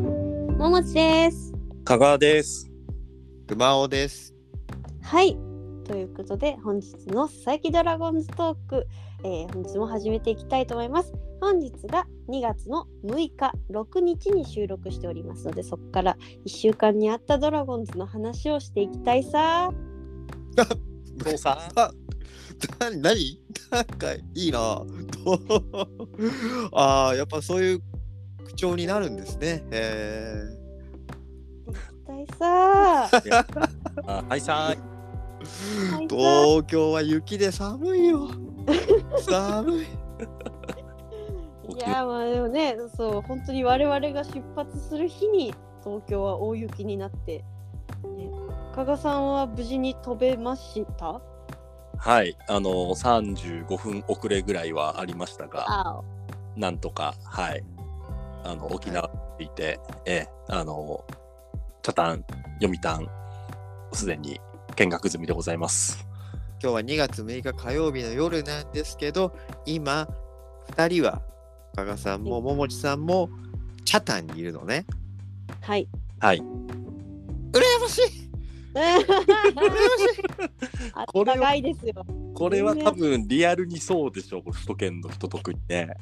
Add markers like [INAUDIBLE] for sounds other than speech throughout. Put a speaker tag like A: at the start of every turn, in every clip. A: ももちです。
B: 香川です。
C: 熊尾です。 [LAUGHS]
A: はい。ということで、本日の佐伯ドラゴンズトーク、えー本日も始めていきたいと思います。本日が2月の6日、6日に収録しておりますので、そこから1週間にあったドラゴンズの話をしていきたいさ。
B: 父さん
C: あ、な、なになんかいいな。 [LAUGHS] どうああ、やっぱそういう口調になるんですね。え
A: 行きたいさ。
B: あはいさ
A: はい
C: ー、
A: さ
C: 東京は雪で寒い [LAUGHS] よ。寒い。
A: いや、まあでもね、そう、本当に我々が出発する日に東京は大雪になって、ね、加賀さんは無事に飛べました
B: ん。はい。あの三十五分遅れぐらいはありましたが、
A: あ
B: なんとかはい。あの沖縄に着いて、ええあの茶炭読谷すでに見学済みでございます。
C: 今日は2月6日火曜日の夜なんですけど、今、2人は、加賀さんも桃地さんも、茶炭にいるのね。
A: はい。
B: はい。
C: 羨ましい
A: [LAUGHS] あっ
B: これは
A: たかいですよ。
B: これは多分リアルにそうでしょう。首都圏の人特にね。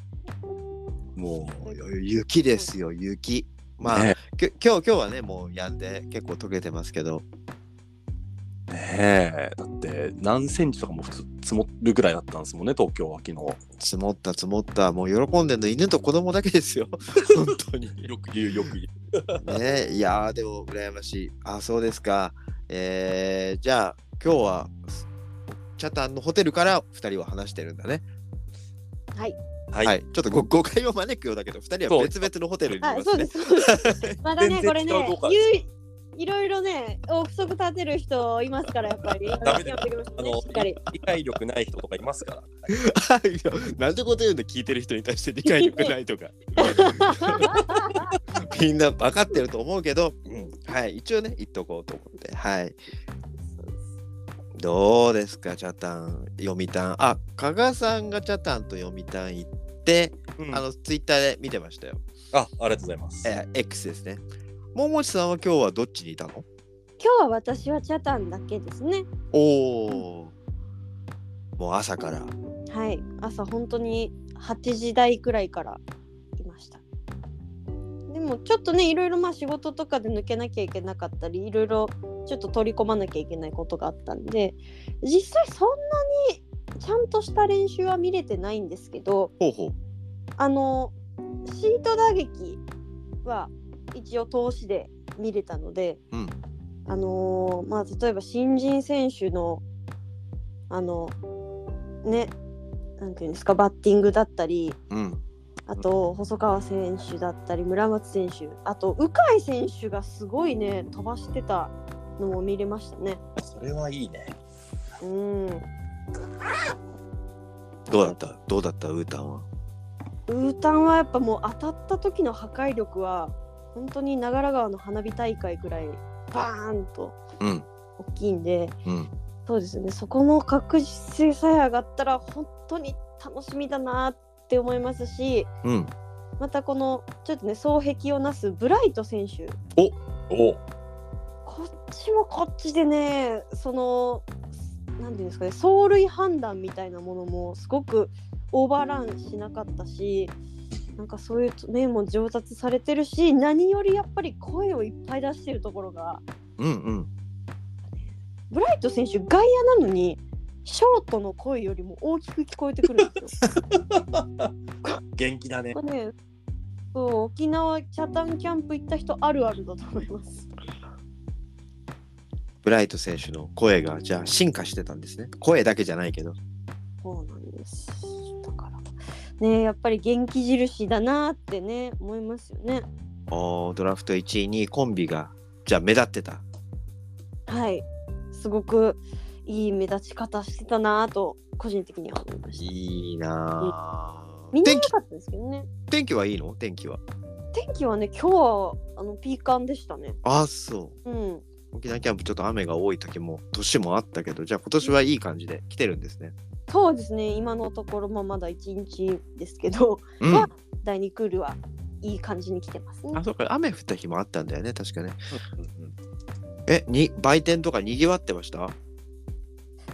B: もう
C: 雪ですよ、雪。まあ、
B: ね
C: きょ今日今日はねもう止んで結構溶けてますけど
B: ねえだって何センチとかも普通積もるぐらいだったんですもんね東京は昨日。
C: 積もった積もったもう喜んでるの犬と子供だけ [LAUGHS] ですよ本当に
B: よく言うよく言う。
C: ねいやーでも羨ましいあそうですかえー、じゃあ今日は北谷のホテルから2人は話してるんだね
A: はい。
B: は
C: はい、ちょっとご誤解を招くようだけど2人は別々のホテルにいま
A: あ、そ
C: す
A: うで
C: ね
A: す。そうですまだね、
B: 全然
A: これね
B: 違う動、画
A: ゆいいろいろね、憶測立てる人いますから、やっぱり。
B: ダメだ
A: やっていきましょ
B: あ
A: うね
B: の
A: しっかり。
B: 理解力ない人とかいますから。
C: いや [LAUGHS] なんてこと言うんだ聞いてる人に対して理解力ない
A: [LAUGHS]
C: とかみんな分かってると思うけど、うん、はい一応ね言っとこうと思ってはいどうですか、チャタン、読谷。あ、加賀さんがチャタンと読谷行って、あ
B: あの
C: の、ツイッターで見てましたよ。
B: あありがとうございます。
C: えー、X ですね。ももちさんは今日はどっちにいたの
A: 今日は私はチャタンだけですね。
C: おお、もう朝から。
A: はい。朝、本当に8時台くらいからいました。でも、ちょっとね、いろいろまあ仕事とかで抜けなきゃいけなかったり、いろいろちょっと取り込まなきゃいけないことがあったんで、実際そんなにちゃんとした練習は見れてないんですけど、
C: ほうほう。
A: あのシート打撃は一応投資で見れたので、
C: うん
A: あのーまあ例えば新人選手のあのねなんていうんですかバッティングだったり
C: うん。
A: あと細川選手だったり村松選手あと鵜飼選手がすごいね飛ばしてたのも見れましたね。
B: それはいいね。
A: うん
C: どうだったどうだったウータンは。
A: ウータンはやっぱもう当たった時の破壊力は本当に長良川の花火大会くらいバーンと
C: うん。
A: 大きいんで
C: うん。
A: そうですねそこの確実性さえ上がったら本当に楽しみだなって思いますし
C: うん。
A: またこのちょっとね双璧をなすブライト選手
B: お
A: こっちもこっちでねその何ていうんですかね走塁判断みたいなものもすごくオーバーランしなかったしなんかそういう面も上達されてるし何よりやっぱり声をいっぱい出してるところが
C: うん。うん。
A: ブライト選手外野なのにショートの声よりも大きく聞こえてくるんですよ。
B: 元気だね。
A: これねそう沖縄北谷キャンプ行った人あるあるだと思います。
C: ブライト選手の声が、じゃあ進化してたんですね。声だけじゃないけど。
A: そうなんです。だからねやっぱり元気印だなってね思いますよね。
C: おードラフト1位、2位コンビが、じゃあ目立ってた。
A: はい、すごくいい目立ち方してたなと個人的には思いました。
C: いいなぁ
A: みんな良
C: 天気
A: かったですけどね。
C: 天気はいいの天気は。
A: 天気はね今日はあのピーカンでしたね。
C: あそ
A: うん。
C: う。沖縄キャンプちょっと雨が多い時も年もあったけど、じゃあ今年はいい感じで来てるんですね。
A: そうですね今のところまあまだ1日ですけど、
C: うん
A: まあ第2クールはいい感じに来てますね
C: あ、。そうか、雨降った日もあったんだよね、確かね。
B: うんうん
C: え、に売店とかにぎわってました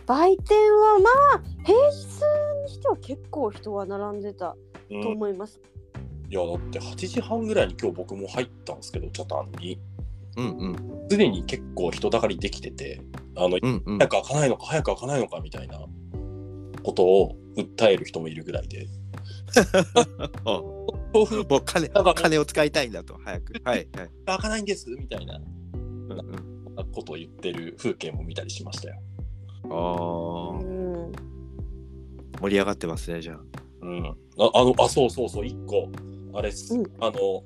A: 売店はまあ平日にしては結構人は並んでた
B: う
A: と
B: ん
A: 思います。
B: いやだって8時半ぐらいに今日僕も入ったんですけどチャタンに
C: うんうん。
B: すでに結構人だかりできててあの
C: うんうん
B: 早く開かないのか早く開かないのかみたいなことを訴える人もいるぐらいで
C: あ
B: 豆腐
C: もう金
B: なんか
C: 金を使いたいんだと、早く。はいはい。
B: 開かないんですみたいな
C: うんうん、
B: ことを言ってる風景も見たりしましたよ。
C: あ
A: う
C: ー
A: ん、
C: 盛り上がってますね、じゃあ。
B: うん、ああのあそうそうそう1個あれっす、
A: うん
B: あの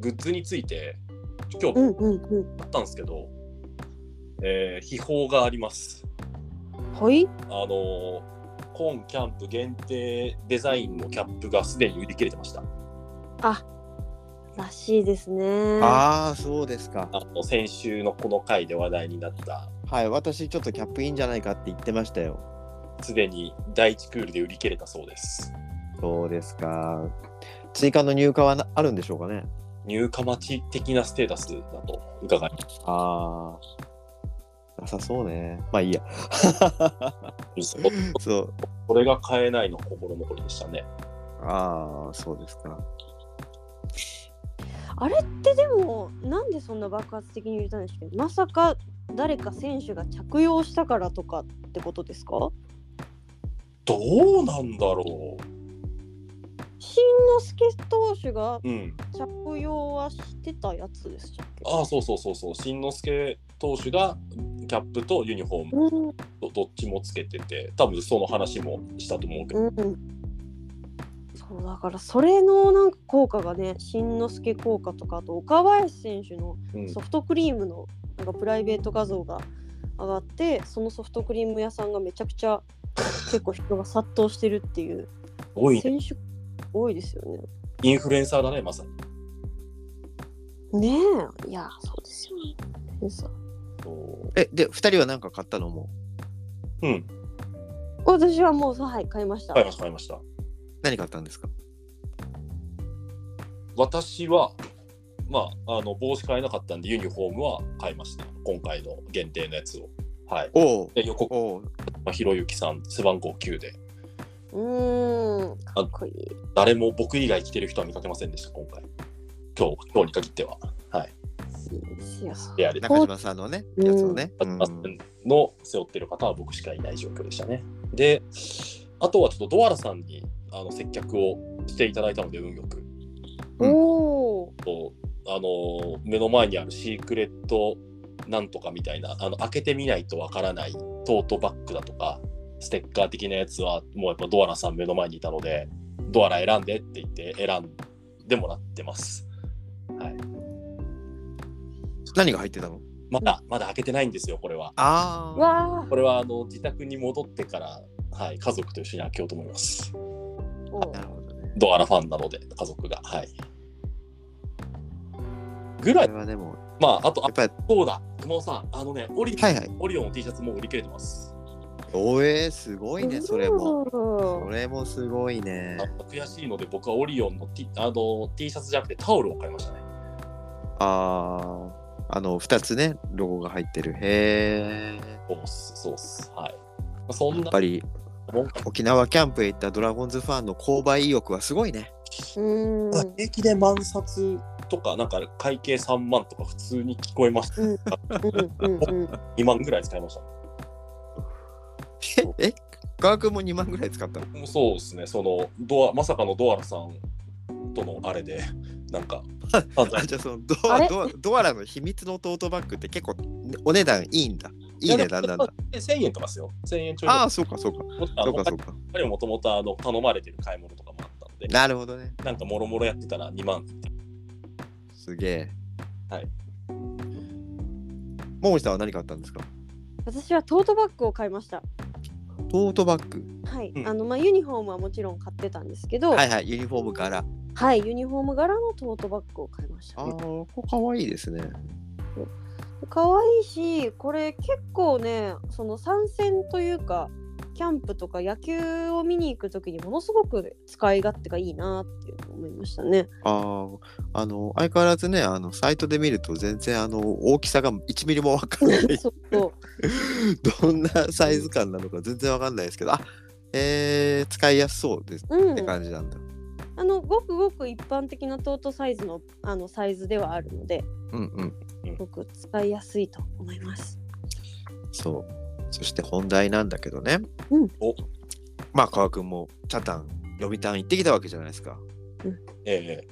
B: グッズについて今
A: う
B: 日
A: んうんうん。
B: 買ったんですけど、えー秘宝があります。
A: はい。
B: あの今キャンプ限定デザインのキャップがすでに売り切れてました。
A: あ、らしいですね。
C: ああ、そうですか。
B: あの先週のこの回で話題になった
C: はい、私ちょっとキャップいいんじゃないかって言ってましたよ。
B: すでに第1クールで売り切れたそうです。
C: そうですか。追加の入荷はなあるんでしょうかね。
B: 入荷待ち的なステータスだと伺い
C: ああ。なさそうね。まあいいや。
A: [LAUGHS]
B: ます。
C: [LAUGHS] そう。
B: それが買えないの心残りでしたね。
C: ああ、そうですか。
A: あれってでもなんでそんな爆発的に言ったんですけどまさか誰か選手が着用したからとかってことですか
B: どうなんだろ
A: 新之助投手が
B: う。うん。
A: 着用はしてたやつですたっけ
B: ああ、そうそうそうそう。新之助投手がキャップとユニフォーム
A: うん
B: どどっちもつけてて、多分その話もしたと思うけど。
A: うんそうだからそれのなんか効果がね新之助効果とかあと岡林選手の
B: うん
A: ソフトクリームのなんかプライベート画像が上がってそのソフトクリーム屋さんがめちゃくちゃ結構人が殺到してるっていう
B: 多いね
A: 選手多いですよね。
B: インフルエンサーだね、まさに。
A: ねえいやそうですよね。そうそう
C: え、で、二人は何か買ったのも
B: うん。
A: 私はもうはい買いました。
B: 買いました、買いました。
C: う何買ったんですか
B: 私は、まあ、あの帽子買えなかったんで、ユニフォームは買いました。今回の限定のやつを。はい。
C: おお。
B: で、横
C: おお。
B: 浜博之さん、背番号9で、
A: うーんかっこいい。
B: 誰も僕以外着てる人は見かけませんでした、今回。今日、今日に限っては。はい。
A: いいですよ。
B: レアで。
C: 中島さんのね、
A: うん
C: やつをね。うん
B: の背負ってる方は僕しかいない状況でしたね。で、あとはちょっとドアラさんにあの接客をしていただいたので、運よく。
C: うん
A: おお
B: とあの目の前にあるシークレットなんとかみたいなあの開けてみないとわからないトートバッグだとかステッカー的なやつはもうやっぱドアラさん目の前にいたのでドアラ選んでって言って選んでもらってます
C: 何が入ってたの
B: まだまだ開けてないんですよこれは
C: ああ。
A: わ
B: これはあの自宅に戻ってから、はい、家族と一緒に開けようと思います
A: ーお
C: なるほどね。
B: ドアラファンなので家族がはいぐら
C: こ
B: い
C: れはでも、
B: まああと
C: や
B: あ
C: っぱり、
B: そうだ熊尾さんあのねオリ,、
C: はいはい。
B: オリオンの T シャツもう売り切れてます
C: おえ、すごいね、それも。そ
A: も。
C: れもすごいね
B: あ。悔しいので僕はオリオンの T, あの T シャツじゃなくてタオルを買いましたね。
C: ああ、あの、2つね、ロゴが入ってる。へえ。
B: そうっす、そうっす。はい。まあ、そん
C: や
B: な
C: っぱり
B: もんか。
C: 沖縄キャンプへ行ったドラゴンズファンの購買意欲はすごいね。
A: うん。
B: ただ平気で万冊とか、なんか会計3万とか普通に聞こえました。
A: うんうんうん
B: [LAUGHS]
A: うん。
B: 2万ぐらい使いました。
C: え、え画君も2万ぐらい使ったの
B: もうそうですね、そのドア、まさかのドアラさんとのあれで、なん
C: [LAUGHS]
B: か、犯罪
C: あじゃあそのド
A: あ
C: ア
A: れ
C: ドアドアラの秘密のトートバッグって結構お値段いいんだ。いいね、だんだんだ。
B: え1000円とかですよ。1000円ちょい
C: ああ、そうかそうか。
B: あの
C: そう
B: 他
C: かそう
B: に
C: か。
B: 他にもともと頼まれてる買い物とかもあったので、
C: なるほどね。
B: なんかもろもろやってたら2万
C: すげえ。
B: はい。
C: 桃地さんは何買ったんですか
A: 私はトートバッグを買いました。
C: トートバッグ。
A: はい。
B: うん
A: あのまあユニフォームはもちろん買ってたんですけど、
C: は
A: はい、
C: いはい、ユニフォーム柄。
A: ユニフォーム柄のトートバッグを買いました
C: ああ、。これかわいいですね。
A: 可愛いし、これ結構ね、その参戦というか。キャンプとか野球を見に行く時にものすごく使い勝手がいいなっていうのを思いましたね。
C: ああ、あの、相変わらずね、あの、サイトで見ると全然、あの、大きさが1ミリもわかんない。
A: [LAUGHS] そうそう
C: [LAUGHS] どんなサイズ感なのか全然わかんないですけど、あ、えー、使いやすそうです
A: う
C: って
A: ん、
C: 感じなんだ。
A: あのごくごく一般的なトートサイズのあのサイズではあるので
C: うんうん。
A: すごく使いやすいと思います。
C: そう。そして本題なんだけどね。
A: うん
B: お
C: まあ、川君も、チャタン、予備タン行ってきたわけじゃないですか。
B: え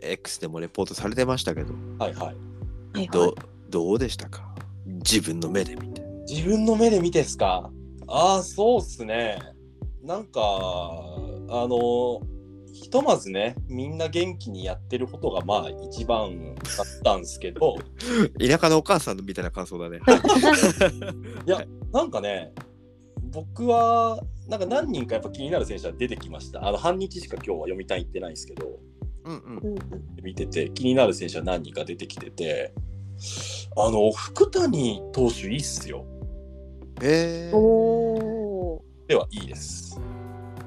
B: え
C: X でもレポートされてましたけど、
B: はいはい。
A: はいは
C: どどうでしたか自分の目
A: [LAUGHS]
C: で見て。
B: 自分の目で見てっすかああそうっすねなんかあのひとまずねみんな元気にやってることがまあ一番だったんですけど [LAUGHS]
C: 田舎のお母さんみたいな感想だね。
B: なんかね僕はなんか何人かやっぱ気になる選手は出てきましたあの半日しか今日は読みたい行ってないんですけど
C: うんうん
A: い。うんうん
B: 見てて気になる選手は何人か出てきててあの福谷投手いいっすよ
C: えー、
A: おー
B: ではいいです。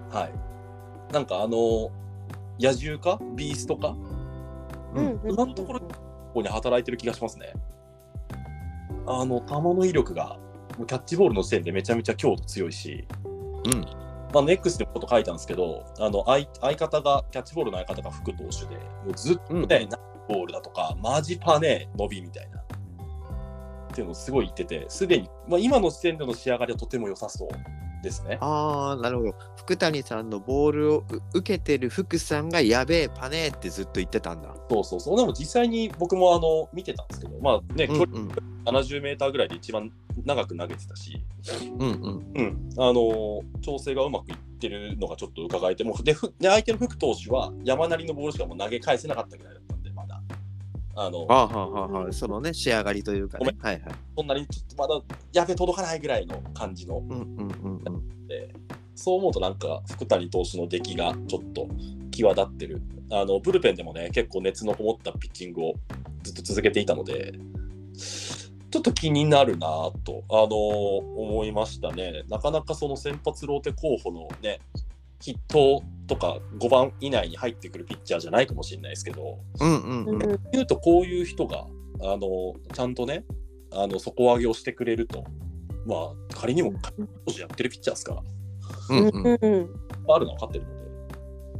B: はい。なんかあの、野獣かビーストか
A: うんうんうん
B: 今のところここに働いてる気がしますね。あの、球の威力が、もうキャッチボールの時点でめちゃめちゃ強度強いし、
C: うん
B: まあ、ネックスでもこと書いたんですけど、あの相相方が、キャッチボールの相方が福投手で、もうずっとね、ナイスボールだとか、マジパネ、伸びみたいな。っていうのをすごい言ってて、すでに、まあ、今の時点での仕上がりはとても良さそうですね。
C: ああ、なるほど。福谷さんのボールをう受けてる福さんがやべえパネーってずっと言ってたんだ。
B: そうそうそう。でも実際に僕もあの見てたんですけど、まあね、
C: う
B: 距
C: んう
B: 離
C: ん
B: 70メーターぐらいで一番長く投げてたし、
C: うんうん
B: うん、あの調整がうまくいってるのがちょっと伺えて、もうでふで相手の福投手は山なりのボールしかもう投げ返せなかったぐらいだったんで、まだ。あの
C: ああはあはあはあそのね仕上がりというかね
B: ごめ。
C: はいはい。
B: そんなにちょっとまだやべ届かないぐらいの感じの、
C: うんうんうんうん。
B: そう思うとなんか福谷投手の出来がちょっと際立ってる。あのブルペンでもね、結構熱のこもったピッチングをずっと続けていたので、ちょっと気になるなぁと、あの思いましたね。なかなかその先発ローテ候補のね、筆頭とか5番以内に入ってくるピッチャーじゃないかもしれないですけど、
C: うんうん
A: う
C: うんん。
A: うん
B: 言うとこういう人が、あのちゃんとね、あの底上げをしてくれると、まあ、仮にも当時やってるピッチャーですから、
C: うん
A: う
C: うん
A: んうん
B: あるのは分かってるの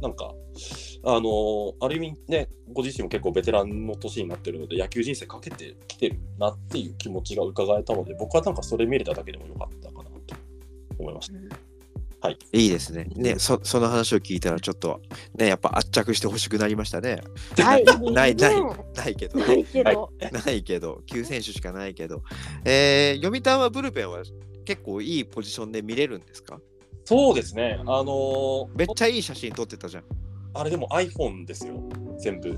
B: で、なんか、あのある意味ね、ご自身も結構ベテランの年になってるので、野球人生かけてきてるなっていう気持ちが伺えたので、僕はなんかそれ見れただけでもよかったかなと思いました。
C: いいですね。ねそその話を聞いたらちょっとねやっぱ圧着してほしくなりましたね。
A: はい
C: [LAUGHS] ないな
A: ね
C: いないけど
A: な
C: ね
A: いけど、
C: ないけど9選手しかないけど。えー、読谷はブルペンは結構いいポジションで見れるんですか
B: そうですね、あの
C: めっちゃいい写真撮ってたじゃん。
B: あれでも iPhone ですよ、全部。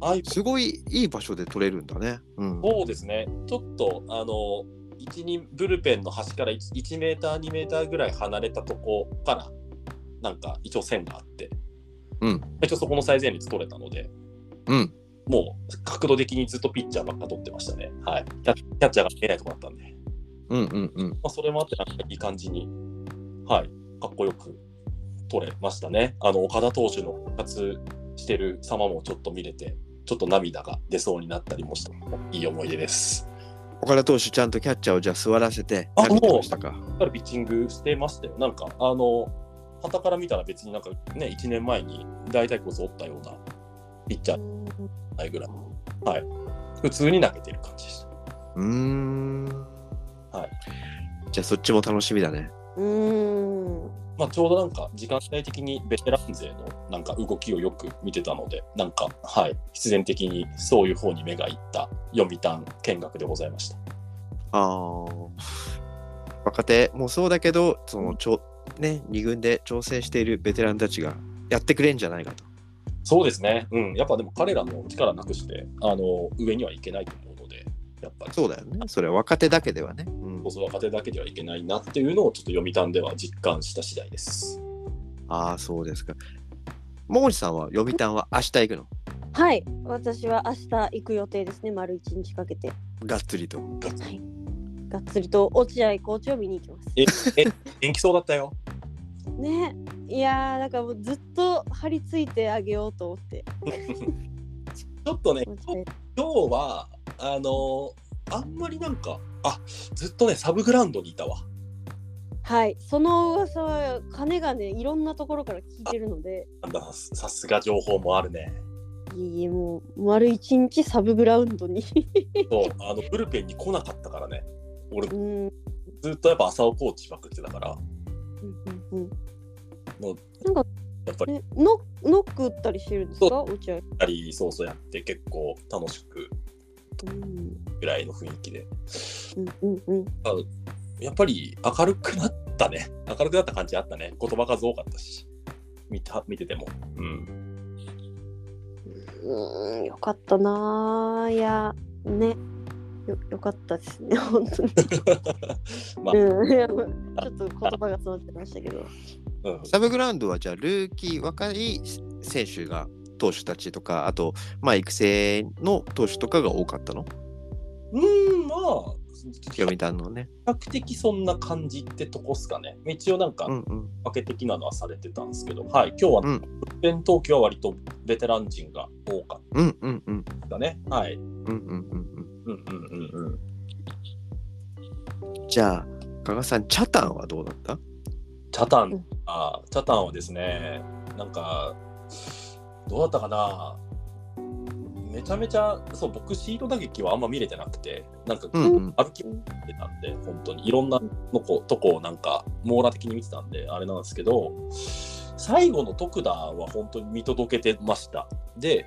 B: iPhone
C: すごいいい場所で撮れるんだね。うん。
B: そうですね、ちょっとあの1人ブルペンの端から 1, 1メーター、2メーターぐらい離れたとこから、なんか一応線があって、
C: うん
B: 一応そこの最前列取れたので、
C: うん。
B: もう角度的にずっとピッチャーばっか取ってましたね、はい、キャキャッチャーが見えないとこだったんで、
C: うんうんうん。
B: まあ、それもあって、なんかいい感じに、はい、かっこよく取れましたね。あの岡田投手の復活してる様もちょっと見れて、ちょっと涙が出そうになったりもした、いい思い出です。
C: 岡田投手ちゃんとキャッチャーをじゃあ座らせて
B: あ
C: 投げてましたか。
B: しっかりピッチングしてましたよ。なんか、あの、旗から見たら別になんかね、1年前に大体こそ折ったようなピッチャーじゃないぐらい。はい。普通に投げてる感じでした。
C: うーん。
B: はい。
C: じゃあそっちも楽しみだね。
A: うん
B: まあ、ちょうどなんか、時間帯的にベテラン勢のなんか動きをよく見てたので、なんか、はい。必然的にそういう方に目がいった読谷見学でございました。
C: あー若手もそうだけど、そのちょ、ね、2軍で挑戦しているベテランたちがやってくれんじゃないかと。
B: そうですね。うん。やっぱでも彼らの力なくして、あの、上にはいけないと思うので、やっぱり。
C: そうだよね。それは若手だけではね。うん
B: 子、育てだけではいけないなっていうのをちょっと読みたんでは実感した次第です。
C: ああ、そうですか。桃地さんは読谷は明日行くの
A: はい私は明日行く予定ですね丸一日かけて
C: がっつりと。
A: がっつりと落合コーチを見に行きます
B: え、 [LAUGHS] え、元気そうだったよ。
A: ねいやーだからもうずっと張り付いてあげようと思って
B: ちょっとね、今日は、あのーあんまりなんか、あ、ずっとね、サブグラウンドにいたわ。
A: はいその噂は金がねいろんなところから聞いてるので
B: なんだ、ささすが情報もあるね。
A: いえいえもう丸一日サブグラウンドに
B: そう、あの、ブルペンに来なかったからね。俺
A: う、んうん
B: ずっとやっぱ朝尾コーチばっか来てたから、
A: うんうん
B: もう
A: なんか
B: やっぱり
A: ねノノック打ったりしてるんですか落合
B: やっぱりそうそうやって結構楽しく
A: うん
B: ぐらいの雰囲気で。
A: うんうんうん
B: やっぱり明るくなったね。明るくなった感じあったね。言葉数多かったし。見た、見てても。うん。
A: うーんよかったなーいやねよよかったですね [LAUGHS] 本当に、
B: まあ、
A: うんい [LAUGHS] やもうちょっと言葉が詰まってましたけど
B: うん。
C: サブグラウンドはじゃあルーキー若い選手が投手たちとかあとまあ育成の投手とかが多かったの
B: うん、まあ、比
C: 読谷のね。
B: 較的そんな感じってとこっすかね。一応なんか、
C: うんうん。
B: 分け的なのはされてたんですけど、はい、今日は、
C: う
B: ブ
C: ん
B: ルペン東京は割とベテラン陣が多かっ
C: うんうんうん
B: たね。はい。う
C: うんうんうん
B: んうんうんうん。
C: うん。じゃあ加賀さんチャタンはどうだった？
B: チャタ
A: う
B: ン
A: ん、
B: あチャタンはですね、なんか、どうだったかな、めちゃめちゃ、そう、僕、シード打撃はあんま見れてなくて、なんか、
C: うんうん。
B: 歩き回ってたんで、本当に、いろんなのこ、とこをなんか、網羅的に見てたんで、あれなんですけど、最後の徳田は本当に見届けてました。で、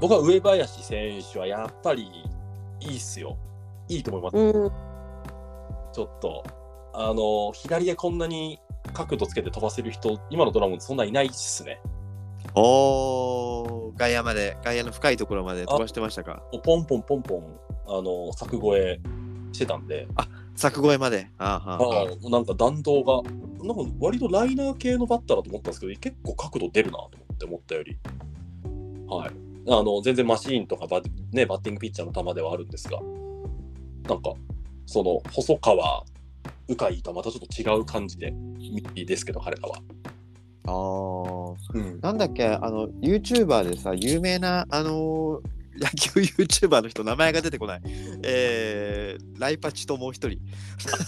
B: 僕は上林選手はやっぱりいいっすよ。いいと思います。 [LAUGHS]
A: うん
B: ちょっと、あの、左でこんなに角度つけて飛ばせる人、今のドラゴンズそんないないっすね。
C: おー外野まで外野の深いところまで飛ばしてましたか？
B: もうポンポンポンポン、あの、柵越えしてたんで、
C: 柵越えまで。あーは
B: あ
C: ーはー
B: あなんか弾道が、なんか割とライナー系のバッターだと思ったんですけど、結構角度出るなと思って、思ったより。はい。あの、全然マシーンとかバ,、ね、バッティングピッチャーの球ではあるんですが、なんか、その、細川、鵜飼とはまたちょっと違う感じで、いいですけど、彼らは。
C: あー。
B: うん
C: なんだっけあの YouTuber でさ有名なあのー野球 YouTuber の人名前が出てこない。えー、ライパチともう一人。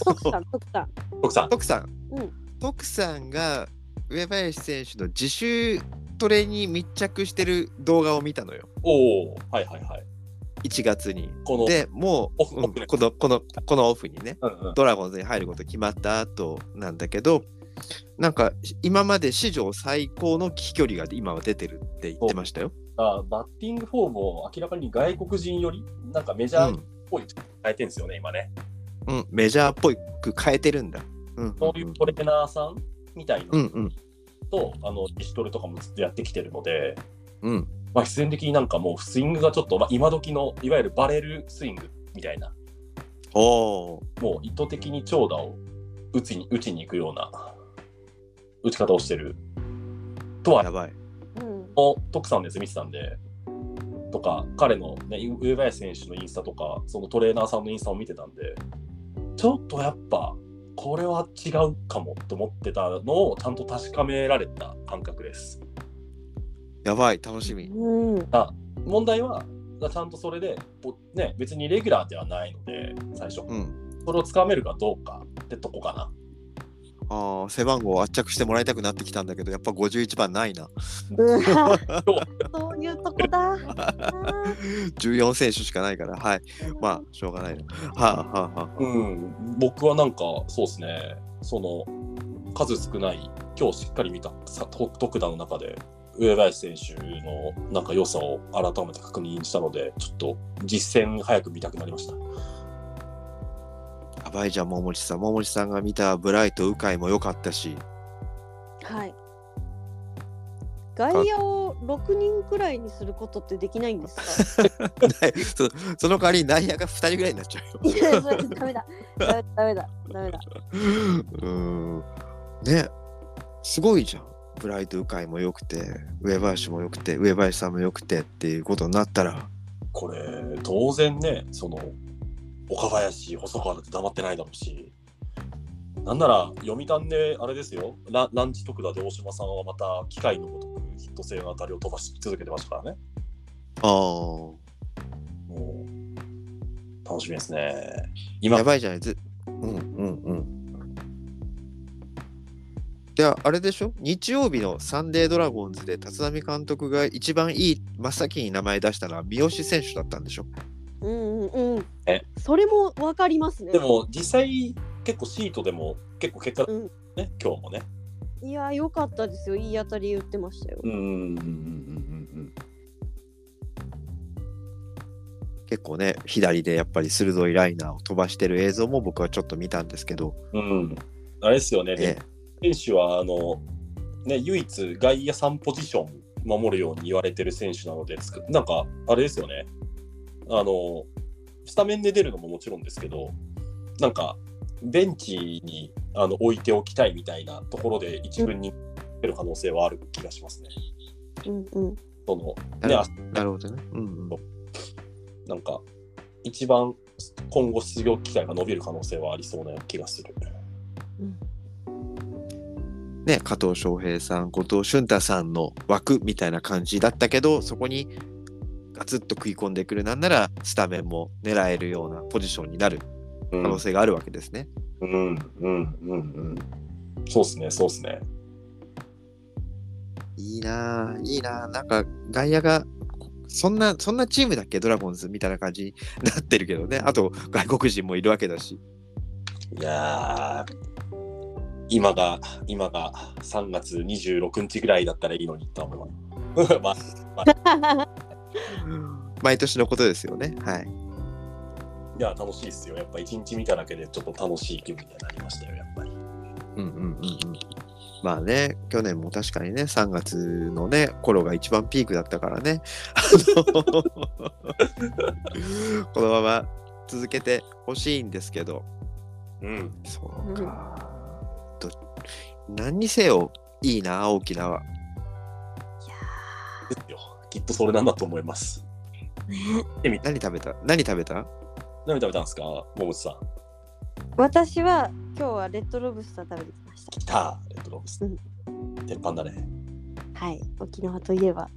A: 徳さん徳さん
B: 徳さん、
C: 徳さん、
A: うん
C: 徳さんが上林選手の自主トレに密着してる動画を見たのよ
B: おおはいはいはい。
C: 1月に
B: この、
C: でもう
B: オ、フ
C: うん
B: オフね
C: このこのこのオフにね
B: うんうん、
C: ドラゴンズに入ること決まった後なんだけどなんか今まで史上最高の飛距離が今は出てるって言ってましたよ。
B: あバッティングフォームを明らかに外国人より、なんかメジ
C: う
B: ャーっ
C: ん
B: ぽい変えてるんですよね、今ね。
C: うん、メジャーっぽく変えてるんだ。うん
B: そういうトレーナーさんみたいな
C: うん
B: の
C: うん
B: と、あの自主トレとかもずっとやってきてるので、
C: うん
B: まあ、必然的になんかもうスイングがちょっと、まあ、今時のいわゆるバレルスイングみたいな、
C: おー
B: もう意図的に長打を打ちに打ちに行くような打ち方をしてるとは
C: やばい。
A: うん
B: の徳さんです見てたんで、とか、彼の、ね、上林選手のインスタとか、そのトレーナーさんのインスタを見てたんで、ちょっとやっぱ、これは違うかもと思ってたのをちゃんと確かめられた感覚です。
C: やばい、楽しみ。
A: うん
B: 問題は、ちゃんとそれで、ぼね、別にレギュラーではないので、最初、
C: うん。
B: それをつかめるかどうかってとこかな。
C: ああ、背番号を圧着してもらいたくなってきたんだけど、やっぱ51番ないな。 [LAUGHS]
A: うわそういうとこだ
B: [LAUGHS]
A: あー
C: 14選手しかないから、はい。まあ、しょうがないな。はあはあはあ。
B: うん、僕はなんか、そうですね、その数少ない、今日しっかり見たさと特段の中で、上林選手のなんか良さを改めて確認したので、ちょっと実戦早く見たくなりました。
C: やばいじゃん、桃地さん。桃地さんが見たブライト、鵜飼も良かったし。 [LAUGHS]
A: はい外野を6人くらいにすることってできないんですか
C: そその代わり内野が2人ぐらいにな
B: [LAUGHS]
C: っちゃうよ。
A: いやそれダメだ。ダメだ。ダメだ。ダメだ。
C: うーん。ね。すごいじゃん。ブライト、鵜飼も良くて、上林も良くて、上林さんも良くてっていうことになったら。
B: これ、当然ね、その岡林、細川だって黙ってないだろうし、なんなら読谷であれですよラ、ランチ特打で大島さんはまた機械のごとくヒット性の当たりを飛ばし続けてましたからね。
C: あー
B: もう楽しみですね。今
C: や、ばいじゃないずうんうんうんではあれでしょ日曜日のサンデードラゴンズで立浪監督が一番いい真っ先に名前出したのは三好選手だったんでしょ
A: うんうんうん
B: え
A: それもわかりますね
B: でも実際結構シートでも結構結果
A: うん
B: ね、今日もね。
A: いや良かったですよいい当たり打ってましたよ、
B: うんうんうんうん
C: 結構ね左でやっぱり鋭いライナーを飛ばしてる映像も僕はちょっと見たんですけど、
B: うんうん。うん、あれですよね、
C: ええ
B: 選手はあの、ね、唯一外野3ポジション守るように言われてる選手なので、つくなんかあれですよね、あのスタメンで出るのももちろんですけど、なんかベンチにあの置いておきたいみたいなところで一軍に出る可能性はある気がしますね。
A: うんうん、
B: その
C: な
B: ね、
C: る
B: あ
C: なるほどね、うんうん、
B: なんか一番今後出場機会が伸びる可能性はありそうな気がする。
C: ね加藤翔平さん後藤俊太さんの枠みたいな感じだったけどそこにガツッと食い込んでくるなんならスタメンも狙えるようなポジションになる
B: う
C: 可
B: ん
C: 能性があるわけですね、
B: うんうんうんうん。そうですね、そうですね。
C: いいなあいいなあなんか外野がこそんなそんなチームだっけドラゴンズみたいな感じになってるけどねあと外国人もいるわけだし
B: いやー今が、今が3月26日ぐらいだったらいいのにとは思う。 [LAUGHS] まあ、
C: 毎年のことですよねはい
B: いや、楽しいですよ。やっぱ一日見ただけでちょっと楽しい気分になりましたよ、やっぱり。
C: うんうんうんうんまあね、去年も確かにね、3月のね、頃が一番ピークだったからね、あの [LAUGHS] このまま続けてほしいんですけど、
B: うん。
C: そうか。ど何にせよ、いいな、沖縄。
B: ですよ。きっとそれなんだと思います。
C: 何食べた何食べた
B: 何食べたんですか、桃地さん。
A: 私は今日はレッドロブスター食べてきました
B: 来たレッドロブス。
A: うん
B: 鉄板だね。
A: はい沖縄といえば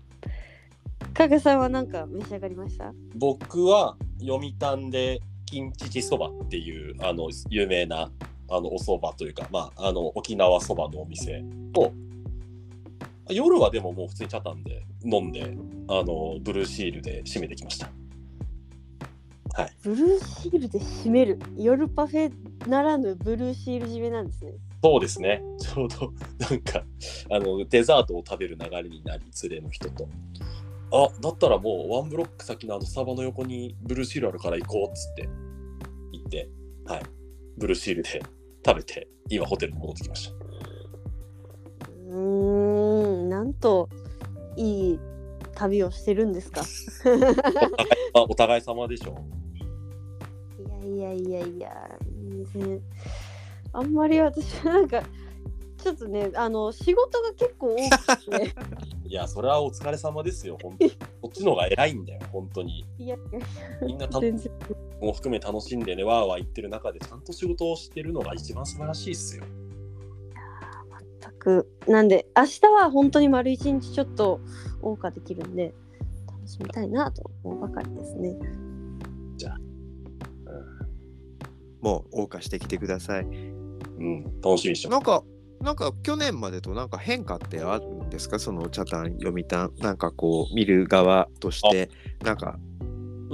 A: [LAUGHS] かぐさんはなんか召し上がりました
B: 僕は読谷で金乳そばっていうあの有名なあのおそばというか、まあ、あの沖縄そばのお店と夜はでももう普通にチャタンで飲んであのブルーシールで締めてきました
A: ブルーシールで締める夜パフェならぬブルーシール締めなんですね
B: そうですねちょうどなんかあのデザートを食べる流れになり連れの人とあだったらもうワンブロック先のあのスタバの横にブルーシールあるから行こうっつって行ってはいブルーシールで [LAUGHS] 食べて今ホテルに戻ってきました
A: うーんなんといい旅をしてるんですか
B: あお互い様でしょ
A: いやいやいやいや全然あんまり私はなんかちょっとねあの仕事が結構多くて
B: いやそれはお疲れ様ですよ本当にこっちの方が偉いんだよ本当に
A: いやいや
B: みんなた
A: 全然
B: も含め楽しんでねわーわー言ってる中でちゃんと仕事をしてるのが一番素晴らしいっすよ
A: 全くなんで明日は本当に丸一日ちょっと謳歌できるんで楽しみたいなと思うばかりですね
C: もう、謳歌してきてください。
B: うん楽しみにしてま
C: な
B: す
C: んか、なんか去年までとなんか変化ってあるんですかそのチャタン、読谷、なんかこう、見る側として、なんか、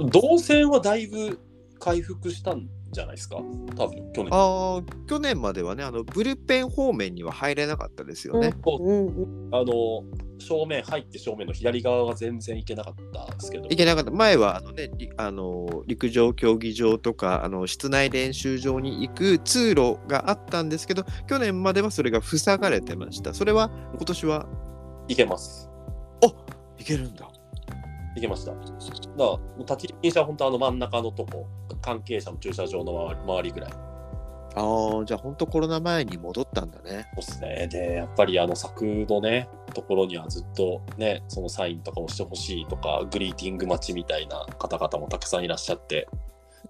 B: 動線はだいぶ回復したんじゃないですか多分去年
C: あー去年まではねあのブルペン方面には入れなかったですよね。
B: そう
A: うんうん
B: あの正面入って正面の左側が全然行けなかったですけど
C: いけなかった前はあの、ね、りあの陸上競技場とかあの室内練習場に行く通路があったんですけど去年まではそれが塞がれてましたそれは今年は
B: 行けます
C: 行けるんだ
B: 行けました。だから、立ち入り者は本当あの真ん中のとこ、関係者の駐車場の周り周りぐらい。
C: あーじゃあ本当コロナ前に戻ったんだね
B: そうですね。で、やっぱりあの柵のね、ところにはずっとね、そのサインとかをしてほしいとか、グリーティング待ちみたいな方々もたくさんいらっしゃって、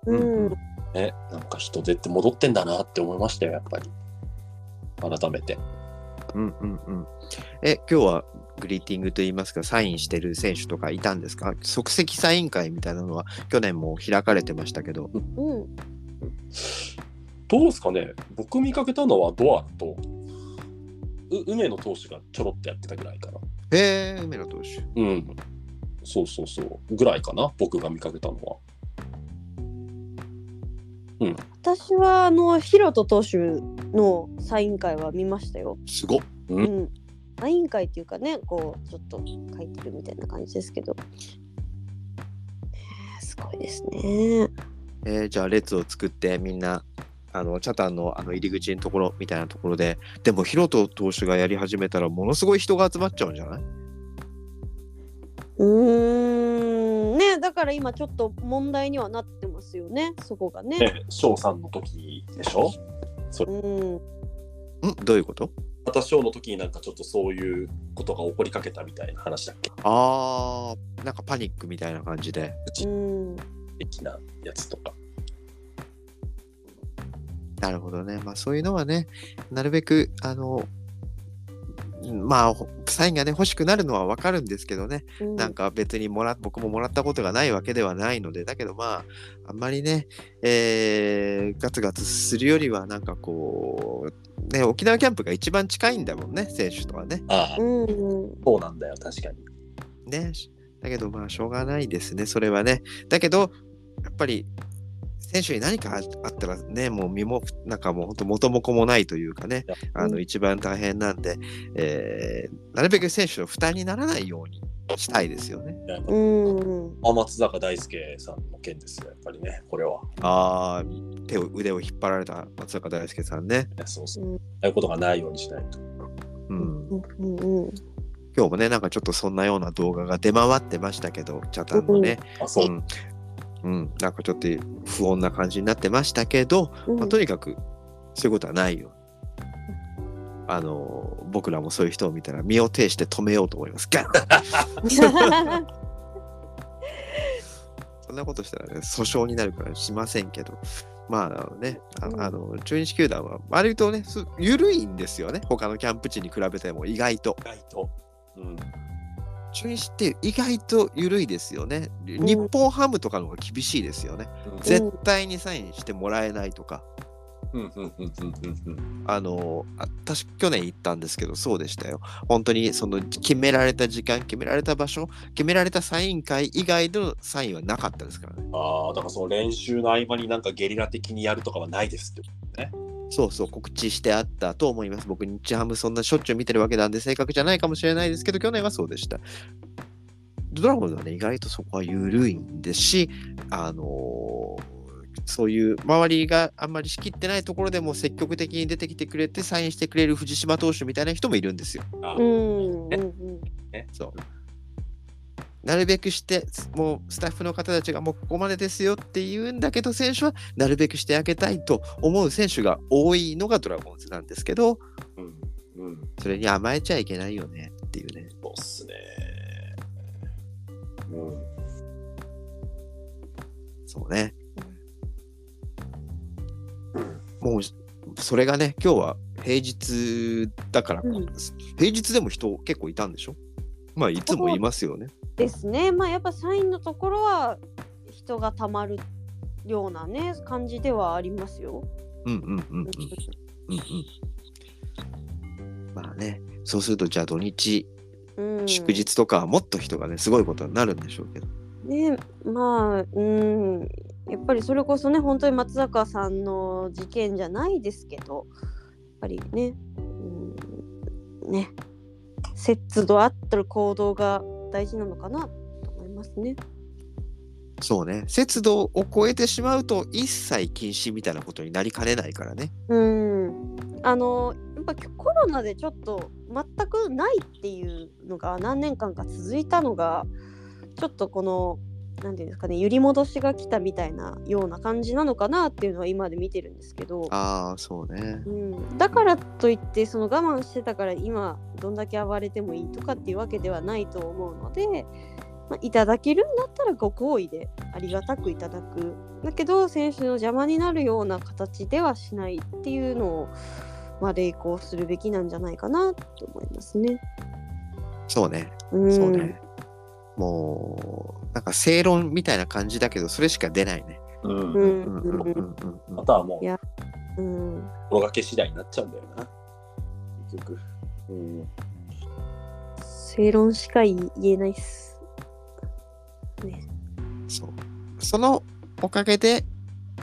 A: うん
B: ね、なんか人手って戻ってんだなって思いましたよ、やっぱり。改めて。
C: うんうんうん。え、今日はグリーティングといいますか、サインしてる選手とかいたんですか即席サイン会みたいなのは去年も開かれてましたけど。
A: うん。
B: どうですかね、僕見かけたのはドアと、う梅野投手がちょろっとやってたぐらいかな。
C: へえ、梅野投手。
B: うん。そうそうそう。ぐらいかな、僕が見かけたのは。
A: 私はあのヒロト投手のサイン会は見ましたよ。
C: すごっ
B: う
A: うん。サイン会っていうかね、こうちょっと書いてるみたいな感じですけど。ねえすごいですね。
C: えーじゃあ列を作ってみんなあのチャタンのあの入り口のところみたいなところででもヒロト投手がやり始めたらものすごい人が集まっちゃうんじゃない
A: ー
C: う
A: ん。ねだから今ちょっと問題にはなってますよね、そこがね。
B: ね、翔さんの時でしょ
A: うん。
C: んどういうこと
B: また翔の時になんかちょっとそういうことが起こりかけたみたいな話だっけ
C: あーなんかパニックみたいな感じで
A: うん。
B: 的なやつとか。
C: なるほどねまあそういうのはねなるべくあのまあほサインがね欲しくなるのはわかるんですけどね
A: うん
C: なんか別にもら僕ももらったことがないわけではないので、だけどまあ、あんまりね、えーガツガツするよりは、なんかこう、ね、沖縄キャンプが一番近いんだもんね、選手とはね。
B: ああ、
A: うんうん。
B: そうなんだよ、確かに。
C: ねしだけどまあ、しょうがないですね、それはね。だけど、やっぱり、選手に何かああったらね、もう身も、なんかもう本当元も子もないというかね、あ
A: う
C: の
A: ん
C: 一番大変なんで、えーなるべく選手の負担にならないようにしたいですよね。
B: やっぱ
A: うん。
B: あ松坂大輔さんの件ですよ、やっぱりね、これは。
C: ああ、手を腕を引っ張られた松坂大輔さんね。
B: そうそう。
A: うん
B: ああいうことがないようにしないと。
C: う。
A: うんんうんうん。
C: 今日もね、なんかちょっとそんなような動画が出回ってましたけど、チャタンのね。
B: あ、そう。
C: うん。うんなんかちょっと不穏な感じになってましたけど、まあとにかくそういうことはないよ。あのー僕らもそういう人を見たら身を挺して止めようと思います。ガンそんなことしたらね、訴訟になるからしませんけど、まあ、あのね、あ
A: うん
C: あの中日球団は割とね、す緩いんですよね、他のキャンプ地に比べても意外と。
B: 意外と。うん。
C: 中日って意外と緩いですよね。日本ハムとかの方が厳しいですよね。絶対にサインしてもらえないとか、
B: うんうんうんうんうんうん。
C: あの、あ私、去年行ったんですけど、そうでしたよ。本当にその決められた時間、決められた場所、決められたサイン会以外のサインはなかったですからね。
B: ああ、だからその練習の合間になんかゲリラ的にやるとかはないですって。
C: そうそう、告知してあったと思います。僕、日ハムそんなしょっちゅう見てるわけなんで、正確じゃないかもしれないですけど、去年はそうでした。ドラゴンズはね、意外とそこは緩いんですし、あのーそういう周りがあんまり仕切ってないところでも積極的に出てきてくれて、サインしてくれる藤島投手みたいな人もいるんですよ。
B: あ
A: う
B: ー
A: んうんうん。
C: そうなるべくして、もうスタッフの方たちがもうここまでですよって言うんだけど、選手はなるべくしてあげたいと思う選手が多いのがドラゴンズなんですけど、
B: うん。うん。
C: それに甘えちゃいけないよねっていうね。
B: そうっすね。うん。
C: そうね。もう、それがね、今日は平日だから、
A: うん
C: 平日でも人結構いたんでしょまあ、いつもいますよね。
A: ですね。まあやっぱサインのところは人がたまるようなね感じではありますよ。
C: うんうんうんうん。うんうん。まあね、そうすると、じゃあ土日、
A: うん、
C: 祝日とかはもっと人がね、すごいことになるんでしょうけど。
A: ねまあうんやっぱりそれこそね本当に松坂さんの事件じゃないですけどやっぱりね、うん、ね節度あったる行動が大事なのかなと思いますね。
C: そうね、節度を超えてしまうと、一切禁止みたいなことになりかねないからね。
A: うん、あのやっぱコロナでちょっと全くないっていうのが何年間か続いたのがちょっとこの何ていうんですかね揺り戻しが来たみたいなような感じなのかなっていうのは今で見てるんですけど、
C: ああ、そうね。
A: うん、だからといってその我慢してたから今どんだけ暴れてもいいとかっていうわけではないと思うのでまあ、いただけるんだったらご好意でありがたくいただくだけど選手の邪魔になるような形ではしないっていうのを、まあ、励行するべきなんじゃないかなと思いますね。
C: そうね。
A: うん
C: そうね。もう、なんか正論みたいな感じだけど、それしか出ないね。
B: うん
A: う
C: うん
A: ん
C: うんうん
A: うん
C: うん
B: あとはも
A: いうやうん
B: 心がけ次第になっちゃうんだよな結局、うん、
A: 正論しか言えないっす。ね、
C: うん。そう。そのおかげで、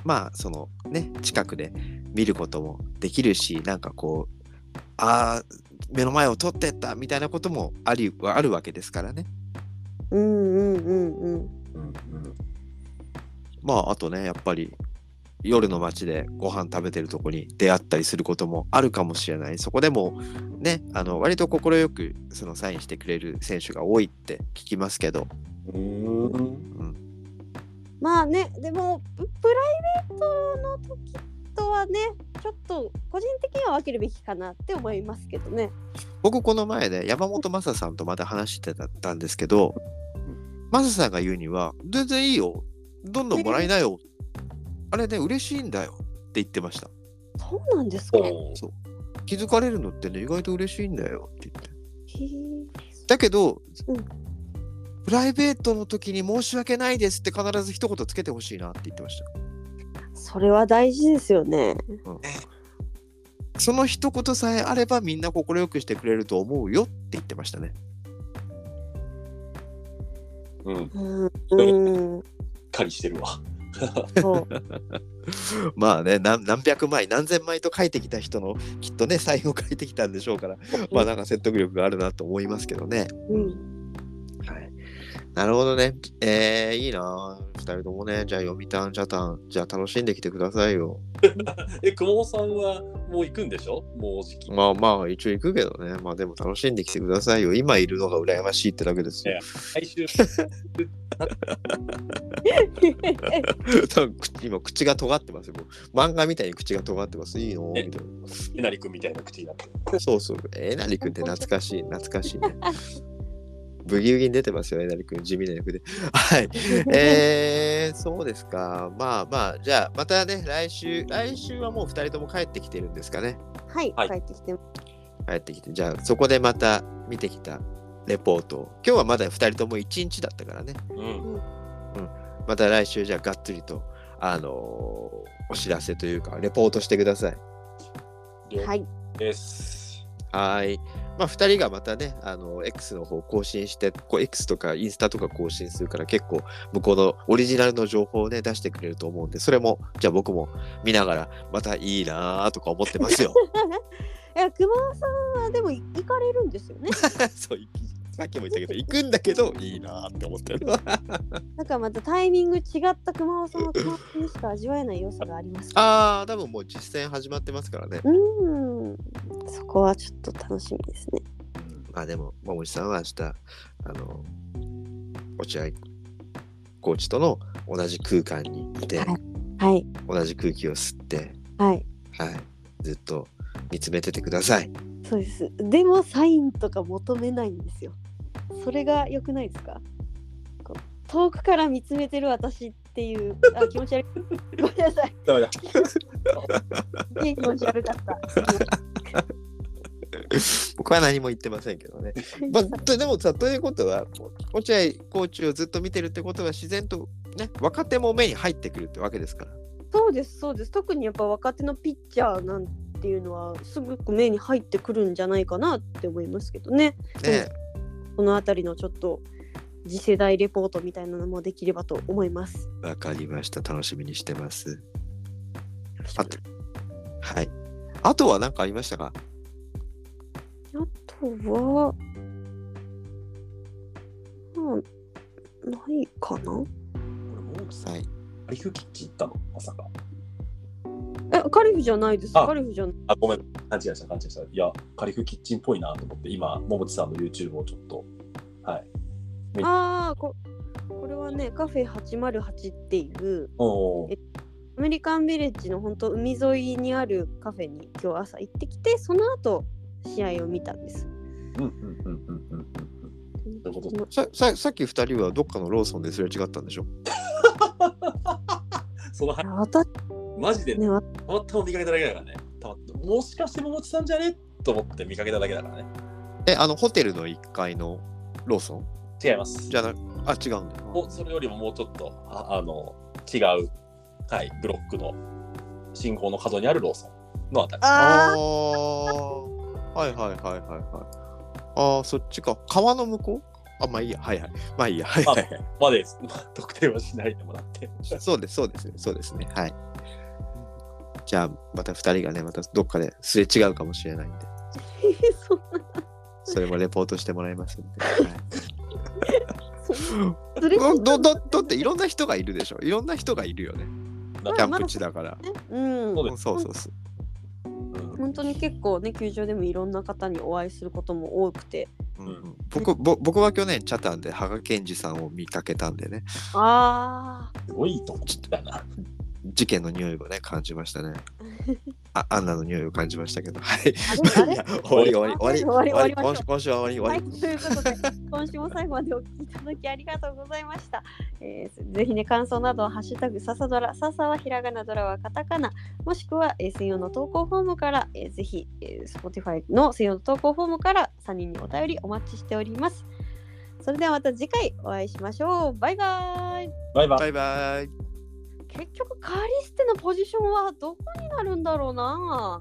C: まあ、そのね、近くで見ることもできるし、なんかこう、ああ、目の前を取ってったみたいなこともありはあるわけですからね。
A: うんうんうんうん。
B: うんうん
C: まあ、あとね、やっぱり夜の街でご飯食べてるとこに出会ったりすることもあるかもしれない。そこでもね、あの割と快くそのサインしてくれる選手が多いって聞きますけど、
B: うん
A: まあね、でもププライベートの時とはね、ちょっと個人的には分けるべきかなって思いますけどね。
C: 僕この前ね、山本昌さんとまた話してたんですけど、昌さんが言うには、全然いいよ。どんどんもらいなよ。あれね、嬉しいんだよって言ってました。
A: そうなんですか。へ
B: そう
C: 気づかれるのってね、意外と嬉しいんだよって言って。
A: ー
C: だけど、
A: うん
C: プライベートの時に申し訳ないですって必ず一言つけてほしいなって言ってまし
A: それは大事ですよね。
C: たその一言さえあればみんな快くしてくれると思うよって言ってましたね
B: うん
A: うん、うん、
B: 狩りしてるわ
A: そう。
C: まあね何何百枚何千枚と書いてきた人のきっとねサインを書いてきたんでしょうからまあなんか説得力があるなと思いますけどね、
A: うん、
C: はい、なるほどねえー、いいな2人ともねじゃあ読みたんじゃたんじゃあ楽しんできてくださいよ
B: え久保さんはもう行くんでしょもうじき
C: まあまあ一応行くけどね。まあでも楽しんできてくださいよ。今いるのが羨ましいってだけですよ。
B: 来週
C: 多分口 [LAUGHS] 今口が尖ってますよ。もう漫画みたいに口が尖ってます。いいのみ
B: え
C: たい
B: えなりくんみたいな口になってる
C: な。そうそう。えなりくんって懐かしい。懐かしいね。ブギウギに出てますよ、えなりくん。地味な役で。はい。えー、そうですか。まあまあ、じゃあまたね、来週、来週はもう二人とも帰ってきてるんですかね。
A: [LAUGHS] はい、
B: はい
A: 帰ってきてます。
C: 帰ってきて。じゃあそこでまた見てきたレポートを。今日はまだ二人とも一日だったからね。
B: うん
C: また来週じゃあがっつりと、あのーお知らせというかレポートしてください。
B: 了
A: は
B: 解
A: い、
B: です
C: はーい。まあ2人がまたね、あの X の方更新して、こう X とかインスタとか更新するから結構向こうのオリジナルの情報をね出してくれると思うんで、それもじゃあ僕も見ながらまたいいなーとか思って [LAUGHS] ますよ。
A: いや、熊尾さんはでも行かれるんですよね。
C: そういさっきも言ったけど行くんだけどいいなーって思ってる。
A: なんかまたタイミング違った熊尾さんの熊尾さんにしか味わえない良さがあります。
C: あ [LAUGHS] ー多分もう実践始まってますからね。
A: うん、そこはちょっと楽しみですね。
C: まあでも、ももちさんは明日、あの、落合コーチとの同じ空間にいて、
A: はい、
C: 同じ空気を吸って、
A: はい、
C: はい、ずっと見つめててください。
A: そうです。でもサインとか求めないんですよ。それが良くないですかこう遠くから見つめてる私っていう、 [LAUGHS] あ、気持ち悪い。ごめんなさい。
B: だから
A: いい気持ち悪かった。
C: 僕は何も言ってませんけ [LAUGHS] どね。まあ、とでもさ、ということは、落合コーチをずっと見てるってことは、自然とね、若手も目に入ってくるってわけですから。
A: そうです、そうです。特にやっぱ若手のピッチャーなんていうのは、すごく目に入ってくるんじゃないかなって思いますけどね。
C: ね、
A: この辺りのちょっと次世代レポートみたいなのもできればと思います。
C: わかりました。楽しみにしてます。あと、はい。あとは何かありましたか
A: あとは、まあ、ないかな
B: 俺もうさ
C: はい。
B: アリフキッチン行ったのまさか
A: え、カリフじゃないです。
B: あ
A: カリフじゃない。
B: あごめん勘違いした勘違いしたいやカリフキッチンっぽいなと思って今ももちさんの YouTube をちょっとはい
A: ああ、ここれはね、カフェ808っていう、
B: おー
A: アメリカンビレッジの本当海沿いにあるカフェに今日朝行ってきて、その後試合を見たんです。
B: うんうんうんうんうんうん
A: す
B: ごいほど。
C: さささっき2人はどっかのローソンですれ違ったんでしょ
B: その話、
A: 私
B: マジでね
A: ね、わ
B: たまたま見かけただけだからね。たまたまもしかして桃地さんじゃねと思って見かけただけだからね。
C: え、あの、ホテルの1階のローソン
B: 違います。
C: じゃなあ、違うんだ。
B: もうそれよりももうちょっと、ああの、違う、はい、ブロックの信号の角にあるローソンのあたり。
C: あ
A: あ
C: あはいはいはいはいはい。ああ、そっちか。川の向こうあ、まあいいや、はいはい。まあいいや、はい
B: まあ
C: はい。
B: まで、まあ、特定はしないでもらって。
C: そうです、そうですね、そうですね。はい。じゃあ、また2人がね、またどっかですれ違うかもしれないんで、
A: [LAUGHS] そん
C: それもレポートしてもらいますんで。は
A: な
C: い
A: それ
C: うんどどだっていろんな人がいるでしょいろんな人がいるよね
B: まあ
C: キャンプ地だから、
A: うん
B: そう
C: う
B: で
C: んそうそうそう
A: 本当に結構ね球場でもいろんな方にお会いすることも多くて
C: うんうん僕ぼ僕は去年チャタンで羽賀健二さんを見かけたんでね
A: あ
B: すごいとこだな。
C: 事件の匂いをね感じま [LAUGHS] したねあアンナの匂いを感じましたけどはい
A: ああれあ
C: [LAUGHS] い
A: れ
C: や終わり終わり終わり終わり
A: 終わり終わり
C: 今週今週は終わ
A: は
C: り
A: い、
C: 終わ
A: ということで、今週も最後までお聞きいただきありがとうございました。えーぜひね、感想などは、ハッシュタグ、笹ドラ、笹はひらがな、ドラはカタカナ、もしくは、えー専用の投稿フォームから、えーぜひ、えー Spotify の専用の投稿フォームから、3人にお便りお待ちしております。それではまた次回お会いしましょう。バイバイ。
B: バイバイ
C: り。バイバイ
A: 結局、カリステのポジションはどこになるんだろうな